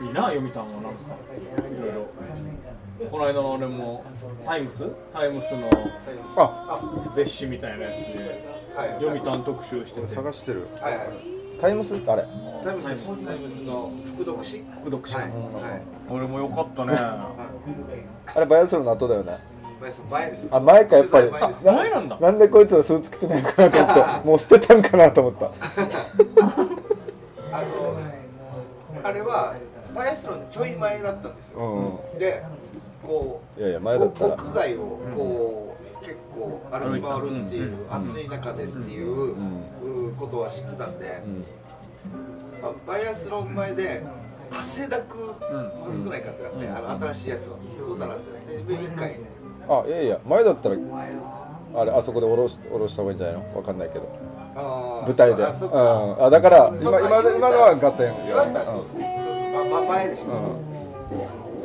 いいな読谷はなんかいろいろこの間の俺もタイムスタイムスのあ別紙みたいなやつではい読谷特集してて探してるはいはいタイムスあれタイムスですタイムスの副読誌副読誌はいはい俺もよかったねあれバイアスロンの後だよね前さん前ですあ前かやっぱり取材前ですあ前なんだなんでこいつらスーツ着てないのかなと思 ってもう捨てたんかなと思ったあのあれはバイアスロンちょい前だったんですうよ、んでこういやいや前だったらこう国外をこう、結構歩き回るっていう、暑い中でっていう、うんことは知ってたんで、まあ、バイアスロン前で汗だくまずくないかってなって、あの新しいやつはそうだなってなってで一回あいやいや前だったらあれあそこで下ろし下ろした方がいいんじゃないのわかんないけどあー舞台であそうっか、んあだから今そっか今今のは合点言われたらそうですね、そうそうまあまあ、前でした、うんそう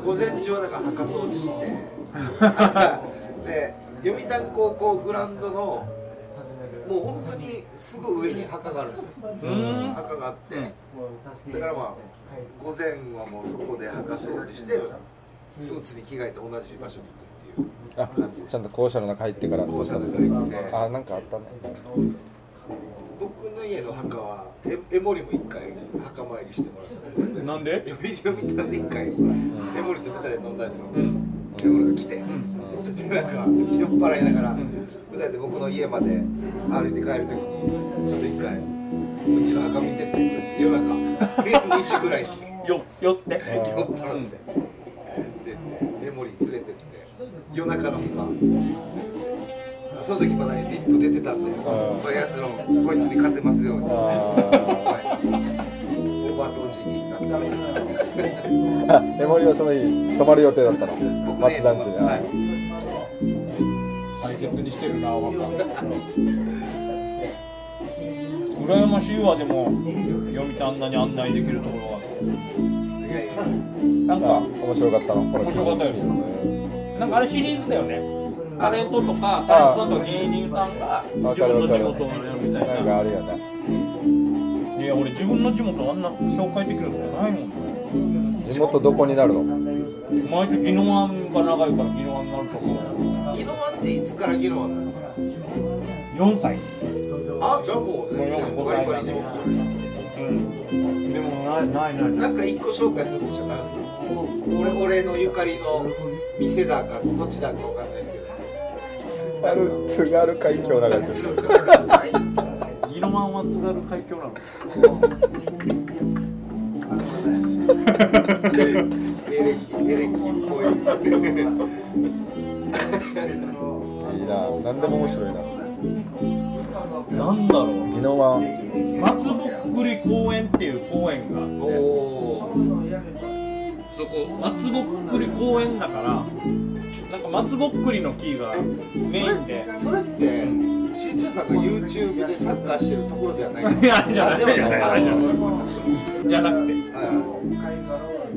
午前中はなんか墓掃除して なんかで読谷高校グラウンドのもう本当にすぐ上に墓があるんですようん墓があってだからまあ午前はもうそこで墓掃除してスーツに着替えて同じ場所に行くっていうあちゃんと校舎の中入ってから校舎の中行ってあなんかあったね僕の家の墓はえ江守も一回墓参りしてもらったんですなんで読みたんで一回江守と二人で飲んだんですよ江守が来て、でなんか酔っ払いながら、二人で僕の家まで歩いて帰るときにちょっと一回うちの墓見てってくれて夜中2時ぐらいによよって酔っ払ってでね江守連れてって夜中の墓その時まだリップ出てたんで、んバイアスロンこいつに勝てますように、あはい、オーバートーチに行ったんですよーあ江守はその日泊まる予定だったの僕ね松団地にはあい、大切にしてるな若羨ましいわでも読谷あんなに案内できるところいやいやがなんあか面白かったのこの面記白かったで事すよなんかあれシリーズだよねタレントとかタレントとか芸人さんがわ自かる分わのか地元をやるみるたないなんかあるよねいや俺自分の地元あんな紹介できることないもん地元どこになるの毎年宜野湾が長いから宜野湾になると思う宜野湾っていつから宜野湾なんですか4歳あじゃあもう全然バリバリ地元じゃないですかうんでもないないないないなんか一個紹介するとしたら何ですかこ俺俺のゆかりの店だか土地だかわかんないですけどある津軽海峡流れてる宜野湾は津軽海峡なのエレキエレキっぽ いいいな何でも面白いななんだろう宜野湾松ぼっくり公園っていう公園があっておおそこ松ぼっくり公園だからなんか松ぼっくりの木がそメインでれそれって新庄さんが YouTube でサッカーしてるところではないですいやじゃないあではないいやじゃないあごめんなさいじゃなくては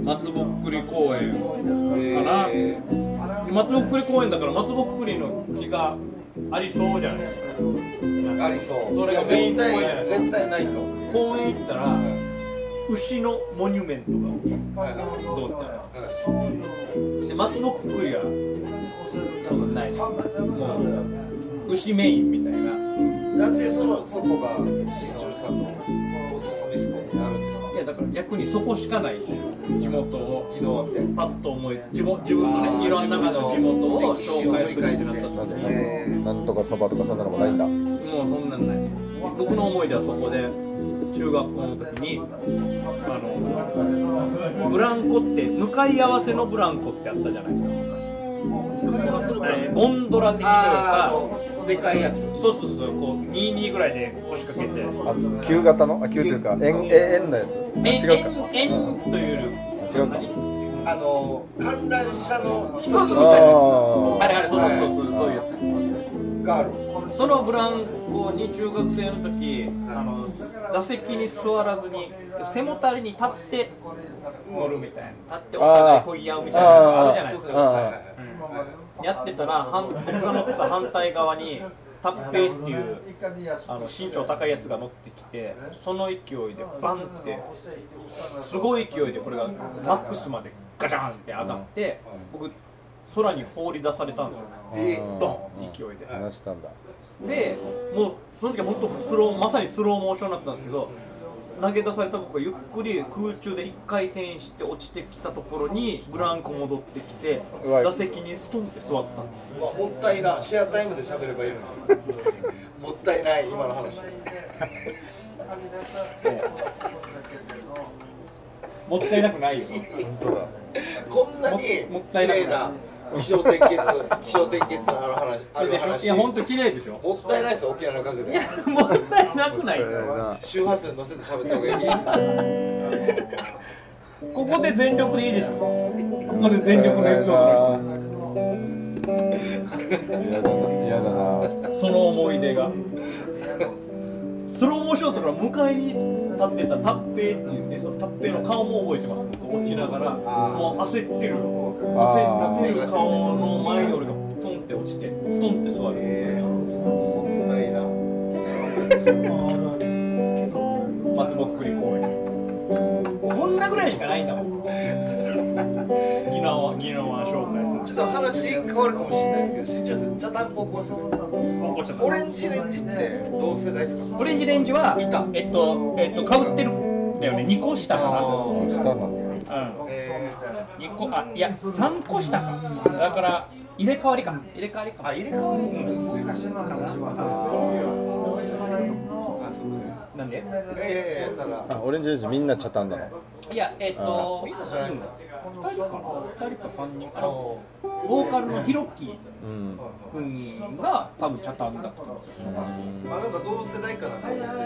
松ぼっくり公園いかなえー松ぼっくり公園だから松ぼっくりの木がありそうじゃないですかありそうそれがいやメイン絶っぽいじゃないで対すか絶対ないと思う公園行ったら牛のモニュメンはいはいトがどうってあはいるで松ぼっくりはそんなないですもう牛メインみたいななんでそのそこが新庄さんのおすすめスポットになるんですかいやだから逆にそこしかない地元を昨日ってパッと思い地元自分のねいろんな中の地元を紹介するってなった時にえなんとかそばとかそんなのもないんだもうそんなんない僕の思い出はそこで中学校の時にあのブランコって向かい合わせのブランコってあったじゃないですか昔、えーゴンドラ的というあかあでかいやつそうそうそうこう22ぐらいで腰掛けてあ旧型のあ旧というか円円円のやつ円違うか円円というより違うか何あの観覧車の一つみそうそうそうたいなやあれああれそうそうそうそうそういうやつつがあるそのブランコに中学生の時あの座席に座らずに背もたれに立って乗るみたいな立ってお互いこぎ合うみたいなのがあるじゃないですあかあはいはいはいやってたら反僕が乗ってた反対側にタッペっていうあの身長高いやつが乗ってきてその勢いでバンってすごい勢いでこれがマックスまでガチャンって上がって僕空に放り出されたんですよえうんドン勢いで話したんだでもうその時は本当スローまさにスローモーションだったんですけど投げ出された僕がゆっくり空中で1回転して落ちてきたところにブランコ戻ってきてうわ座席にストンって座ったんですまあ、もったいなシェアタイムで喋ればいいのにもったいない今の話もったいなくないよこんなにももったいなく綺ない麗な気象点結気象点結のある話あるでしょ話いや本当綺麗でし ょもったいないですよ沖縄の風でもったいなくない周波数乗せて喋った方がい いですここで全力でいいでしょここで全力のエピソード嫌だな嫌だなその思い出がスローモーションだったから迎えに立ってたタッペイっていうねそのタッペイの顔も覚えてます僕落ちながらもう焦ってる焦ってる顔の前に俺がプトンって落ちてストンって座るえー、もったいな松ぼっくり公園こんなぐらいしかないんだもんギノワギノワ紹介するちょっと話変わるかもしれないですけど新庄さん茶炭高校生こっちだったオレンジレンジって同世代ですかオレンジレンジはいたえっとえっとかぶってるんだよね2個下かな明日なのうんえ二個あいや3個下かだから入れ替わりか入れ替わりー、かあ入れ替わりなんですねあそうかそうかなんでいやいやいやただあオレンジレンジみんなチャタンなのいやえっとみんなじゃないですか2人かな2人か3人あのボーカルのヒロッキーうん君が多分チャタンだったと思うんですよまあなんか同世代かなと思ってて、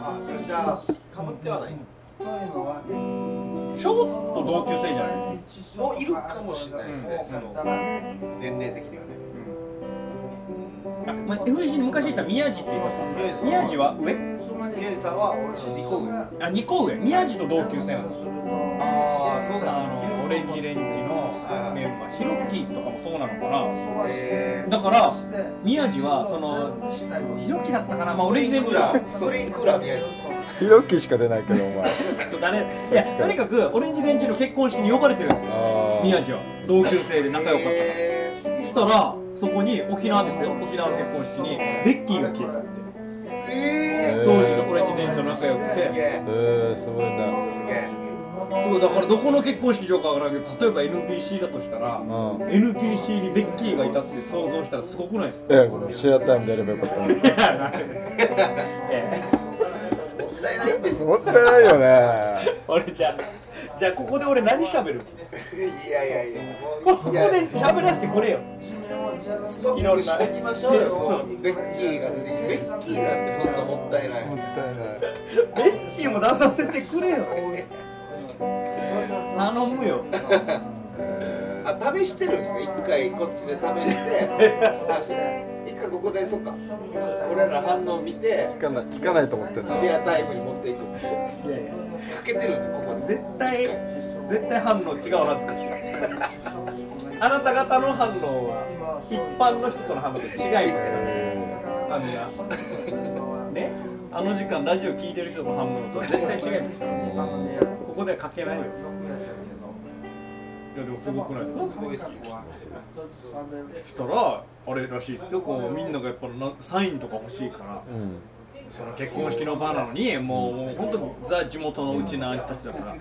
あじゃあかぶってはないショーと同級生じゃないもういるかもしれないですね、その年齢的にはねあ、まあ、FEC に昔いた宮地って言いました宮地は上宮司さんは俺の2個上あ2個上宮地と同級生なんですよああそうあなんですねのオレンジレンジのメンバーヒロッキーとかもそうなのかなえだから宮地はそのひろきだったかなまあオレンジレンー、クージラはースクリーンクーラー宮司ヒロキしか出ないけどお前誰いやとにかくオレンジレンジの結婚式に呼ばれてるんですよ あ宮地は同級生で仲良かったから、えーそしたらそこに沖縄ですよ沖縄の結婚式にベッキーが消えたってえへー当時のオレンジレンジと仲良くー、すげてええー、すごいなすげえすごいだからどこの結婚式場かわからんけど例えば NBC だとしたらうん NBC にベッキーがいたって想像したらすごくないですかえシェアタイムでやればよかったの に もったいないんですよもったいないよね俺じゃあじゃあここで俺何喋るいやいやいやもこうこいやで喋らせてくれよストックしてきましょうよそうベッキーが出てきてベッキーなんてそんなもったいないもったいないベッキーも出させてくれよ頼むよあ試してるんですね一回こっちで試してあそう一回ここでそっか俺ら反応見て聞かない聞かないと思ってんだシェアタイムに持っていくかいやいやけてるんでここで絶対絶対反応違うはずでしょあなた方の反応は一般の人との反応と違いますからあんなねあの時間ラジオ聞いてる人の反応とは絶対違いますからここでは書けないよいやでもすごくないですかすごいっすねそしたらあれらしいですよこうみんながやっぱなサインとか欲しいからうんその結婚式の場なのにもうもう本当にザ地元のうちの兄たちだから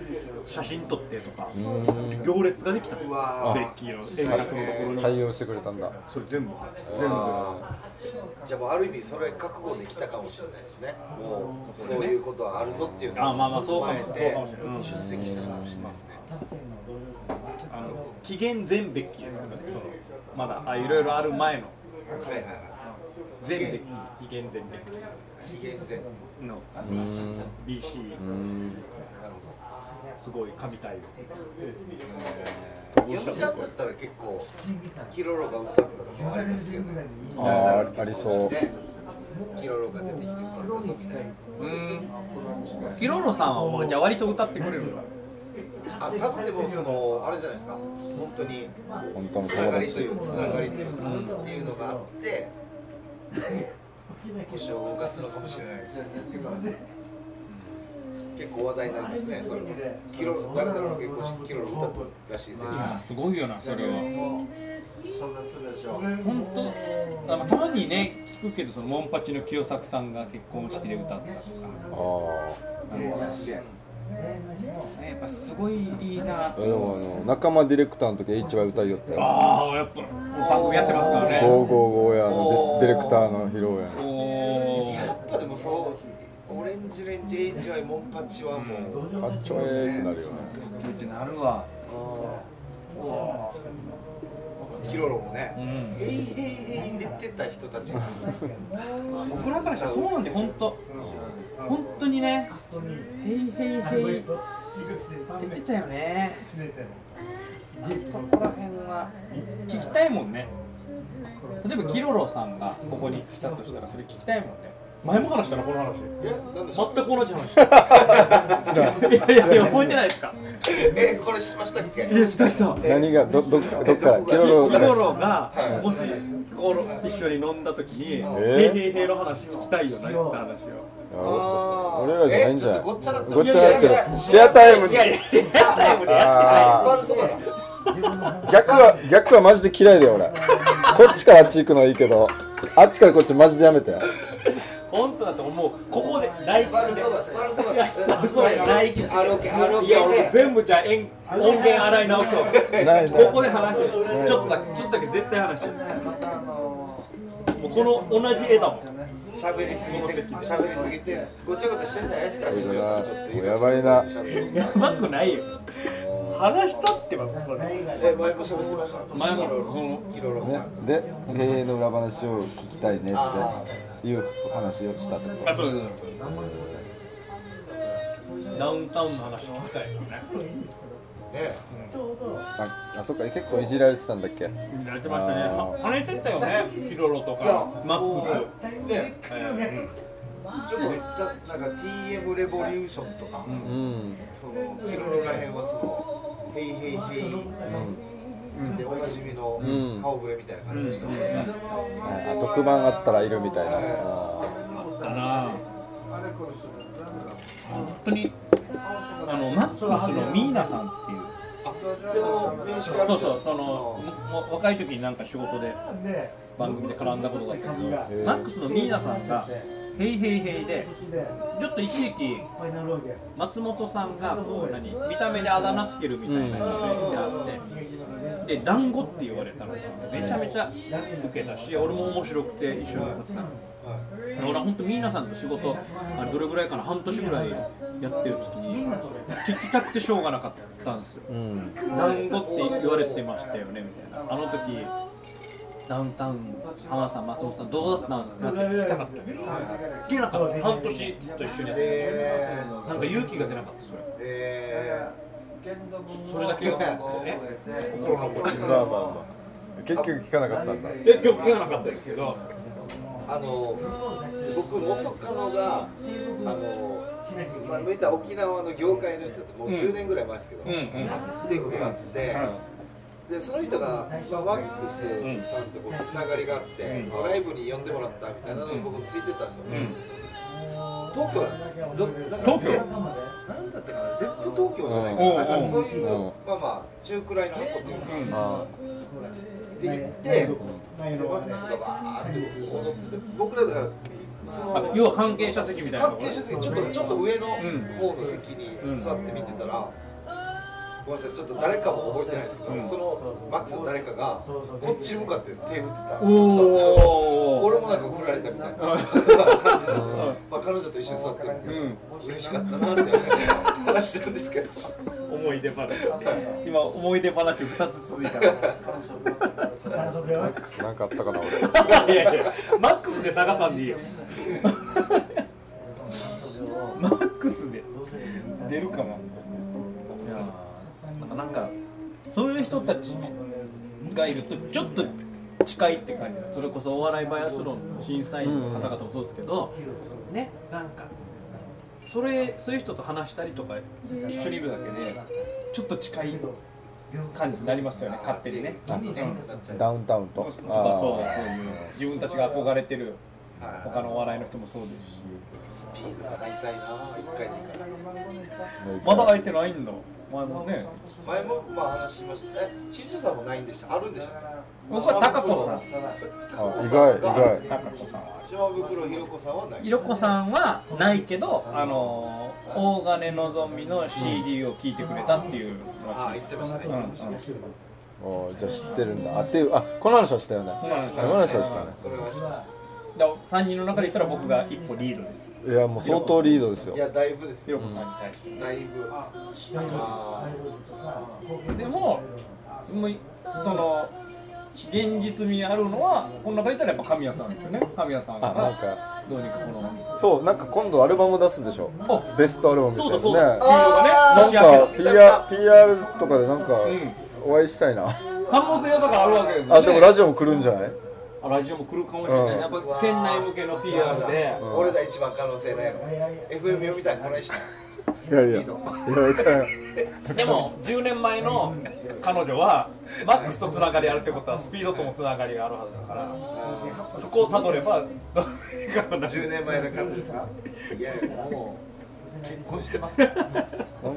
写真撮ってとか行列ができたベうわーッキーの円卓のところに対応してくれたんだそれ全部全部あーじゃあもうある意味それ覚悟できたかもしれないですねもうそういうことはあるぞっていうのをあまあまあそうかも踏まそうえかもしれないうんて出席したかもしれないですねあの紀元前ベッキーですからねそのまだあいろいろある前のはいはいは前ベッキー紀元前ベッい紀元前キーのう BC ん BC うんすごい神対応読みちゃんだったら結構キロロが歌ったとかありますよねあーありそうねキロロが出てきて歌ったぞみたいなうんヒロロさんはもうじゃあ割と歌ってくれるんだあ多分でもそのあれじゃないですか本当に本当のつな友がりと達いうつながりというかっていうのがあって腰を動かすのかもしれないですね結構話題になりますねそれもキロ誰々も結構キロロ歌ったらしいですねいやすごいよなそれはそんなつでしょ本当あのたまにね聞くけどそのモンパチの清作さんが結婚式で歌ったとか、あうわすげえね、やっぱすごいいいなあでもあの仲間ディレクターの時 HY 歌いよったよああやっぱ番組やってますからね555やのデディレクターの披露宴おおやっぱでもそうオレンジレンジ HY モンパチはもう、かっちょええってなるよねってなるわキロロもね、んへいへいへい寝てた人たちが僕らからしたらそうなんで本当本当にねへいへいへい出てたよねあそこら辺は聞きたいもんね例えばキロロさんがここに来たとしたらそれ聞きたいもんね前も話したなこの話えなんでしょう全く同じ話いやいやいや覚えてないですかえこれしましたっけいやしかした何がどどっからどっ からキロロキかロらロがもしこの一緒に飲んだ時に「えへいへいへい」の話聞きたいよなって話をあー俺らじゃないんじゃないえちょっとごっちゃだったごっちゃやっていやいやいるやシェアタイムいやタイムでアスあパルそばだー逆は逆はマジで嫌いだよ俺こっちからあっち行くのはいいけどあっちからこっちマジでやめて本当だと思うここで大スパル吉そばでスパルそばスパルそば大吉 ROK ROK いや俺で全部じゃあえん音源洗い直 そうないないここで話してちょっとだけちょっとだけ絶対話してもうこの同じ絵だもん喋りすぎて喋りすぎてごちゃごちゃしてるんじゃないですか新い庄やさんちょっとやばいな喋りやばくないよ話したってばこれえ前も喋ってました前もこキロロねさん、で永遠の裏話を聞きたいねっていう話をしたってこのそうそうそうダウンタウンの話聞きたいよねねああそっか結構いじられてたんだっけやってましたねあは跳ねてったよねヒロロとかマックスねえちょっとだなんか TM レボリューションとかうんそのキロロらへんはそのヘイヘイヘイでおなじみのうん顔ぶれみたいな感じでしたもんねああ特番あったらいるみたいなあえだな本当にあのマックスのミーナさんっていうでも面識あるそうそうそのも若い時になんか仕事で番組で絡んだことがあったけどマーックスのミーナさんが「ヘイヘイヘイ」でちょっと一時期松本さんがこう何見た目であだ名つけるみたいなのがあって、で団子って言われたのがめちゃめちゃウケたし俺も面白くて一緒にやってたの俺は本当ミーナさんと仕事あれどれぐらいかな半年ぐらいやってる時に聞きたくてしょうがなかったんですようん団子って言われてましたよねみたいなあの時ダウンタウン浜田さん松本さんどうだったんですかって聞きたかったけど聞けなかった半年ずっと一緒にやってえたなんか勇気が出なかったそれーえそれだけがね心残りまあまあまあ結局聞かなかったんだで曲聞かなかったですけどーあの僕元カノがあのまあ見た沖縄の業界の人たちもう10年ぐらい前ですけど、うんうんっていうことがあって、でその人が、まあ、ワックスさんとこうつながりがあって、ライブに呼んでもらったみたいなのに僕もついてったんですよ、東京なんですよどなんか東京ぜなんだったかな Z 東京じゃないかうな,、んなんかそういう、うんまあまあ中くらいの箱っていうか、あで行って、でワックスがバーって踊ってて僕らがそあの要は関係者席みたいな関係者席ちょっとちょっと上の方の席に座って見てたら、ごめんなさいちょっと誰かも覚えてないですけど、そのマックスの誰かがこっちに向かって手振ってたおお俺もなんか振られたみたいな感じで、まあ、彼女と一緒に座ってるんで、嬉しかったなって話してるんですけど思い出話今思い出話2つ続いたマックスなんかあったかな俺いやいやマックスで探さんでいいよマックスで出るかないやーなんかそういう人たちがいるとちょっと近いって感じそれこそお笑いバイアスロンの審査員の方々もそうですけど、ねなんかそれそういう人と話したりとか一緒にいるだけでちょっと近い感じになりますよね勝手にね気にねなっちゃいダまウすンタウンととかそうあそうーいう自分たちが憧れてるはい他のお笑いの人もそうですしスピードが会いたいな一回でいいからまだ会えてないんだ前もね前もまあ話しましたえ新庄さんもないんでしたあるんでしたっ僕は高子さんあ意外意外高子さんはけ島袋ひろ子さんはないひろこさんはないけどあのー大金のぞみの CD を聴いてくれたっていうのはああ言ってましたね言ってましたねおーじゃあ知ってるんだあっていうあこの話はしたよねこの話はしたねそれはしましだから3人の中で言ったら僕が一歩リードですいやもう相当リードですたよいやだいぶですひよろこさんに対してだいぶああでももうその現実味あるのはこの中で言ったらやっぱ神谷さんですよね神谷さんあなんがかどうにかこのそうなんか今度アルバム出すでしょあベストアルバムみたそいうなだそねうだスピードあがね年明けーなんか PR, PR とかでなんかんお会いしたいな、可能性がだからあるわけですよねあでもラジジオも来るんじゃないオラジオも来るかもしれない、うんやっぱ県内向けの PR でん俺ら一番可能性ないの FM 読みたいこないしいやいやいやわからんでも10年前の彼女はマックスとつながりあるってことはスピードともつながりがあるはずだからそこをたどればどうにかなる10年前の感じですかいやいやもう結婚してますよなんかな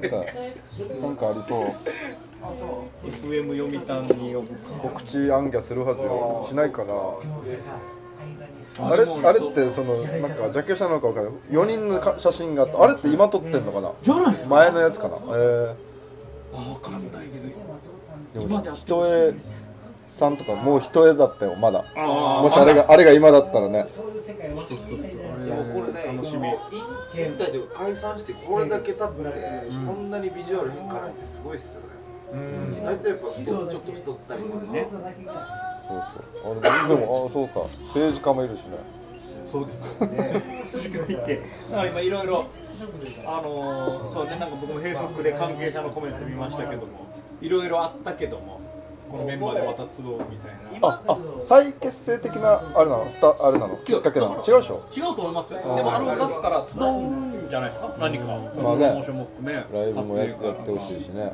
んかありそう FM 読谷に呼ぶ告知暗記するはずよしないかなああれあれってそのなんかジャケ写なのかわかんない4人のか写真があったあれって今撮ってんのかなじゃないっすか前のやつかなえー分かんないけどでも人絵さんとかもう人絵だったよまだあーもしあれがあれが今だったらねでもこれね楽しみ引退で解散してこれだけ経って、こんなにビジュアル変化なんてすごいっすよね大体やっぱ太ちょっと太ったりとかねそうそうあれでもあーそうか政治家もいるしねだから今いろいろあのーそうねなんか僕も Facebook で関係者のコメント見ましたけどもいろいろあったけどもこのメンバーでまた集おうみたいなああ再結成的なあれなのスタあれなのきっかけなの違うでしょ違うと思いますよでもアルバム出すから集うんじゃないですか何かまあねプロモーションも含めライブもやっ撮影からやってほしいしね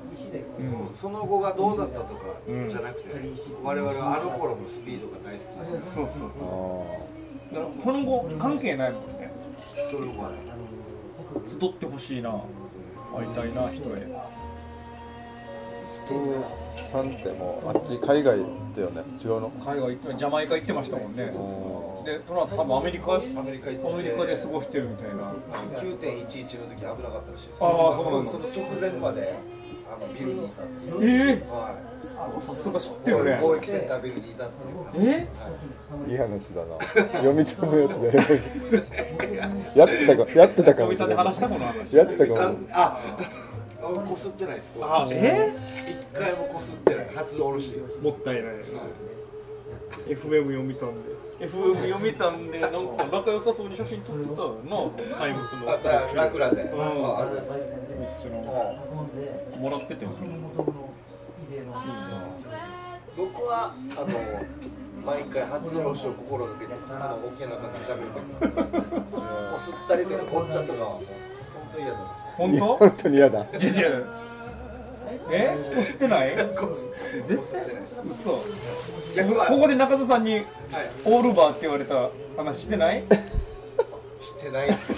その後がどうだったとかじゃなくてね、我々はあの頃のスピードが大好きですよねそうそうあーだからその後関係ないもんねそれもあれ集ってほしいな会いたいな人へ人さんってもうあっち海外だよね違うの海外行ってジャマイカ行ってましたもんねあでその後多分アメリカアメアメリカ行ってリカで過ごしてるみたいな9.11の時危なかったらしいですあーそうなんだその直前まであのビルにいたっていう、えはー、さすが知っい、てるね貿易センタービルにいたっていうえーいい話だな読み取りのやつでやってたかやってたかおもみしさんれでない話したこの話やってたかもしれあないあ、 あこすってないです。あえ一回もこすってない。初おろし。ー、もったいない FM 読みたんで FM 読みたんでなんか仲良さそうに写真撮ってたよなタイムスのまたラクラで。うんああれです。めっちゃなんかもらってて僕はあの毎回初おろしを心がけてます。このボケの方喋るとき。こすったりとかこっちゃとかはもう本当嫌だ。本当本当に嫌だいやいやえこすってないこす絶対嘘こ逆はこで中田さんにはいオールバーって言われた話してないしてないっす。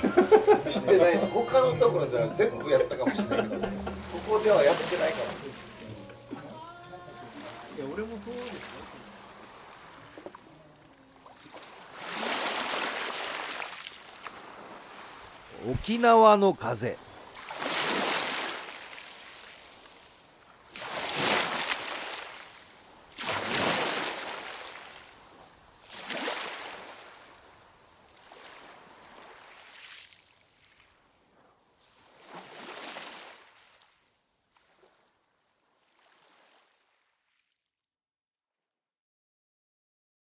してないっす。他のところじゃ全部やったかもしれないけど、ここではやってないかも。沖縄の風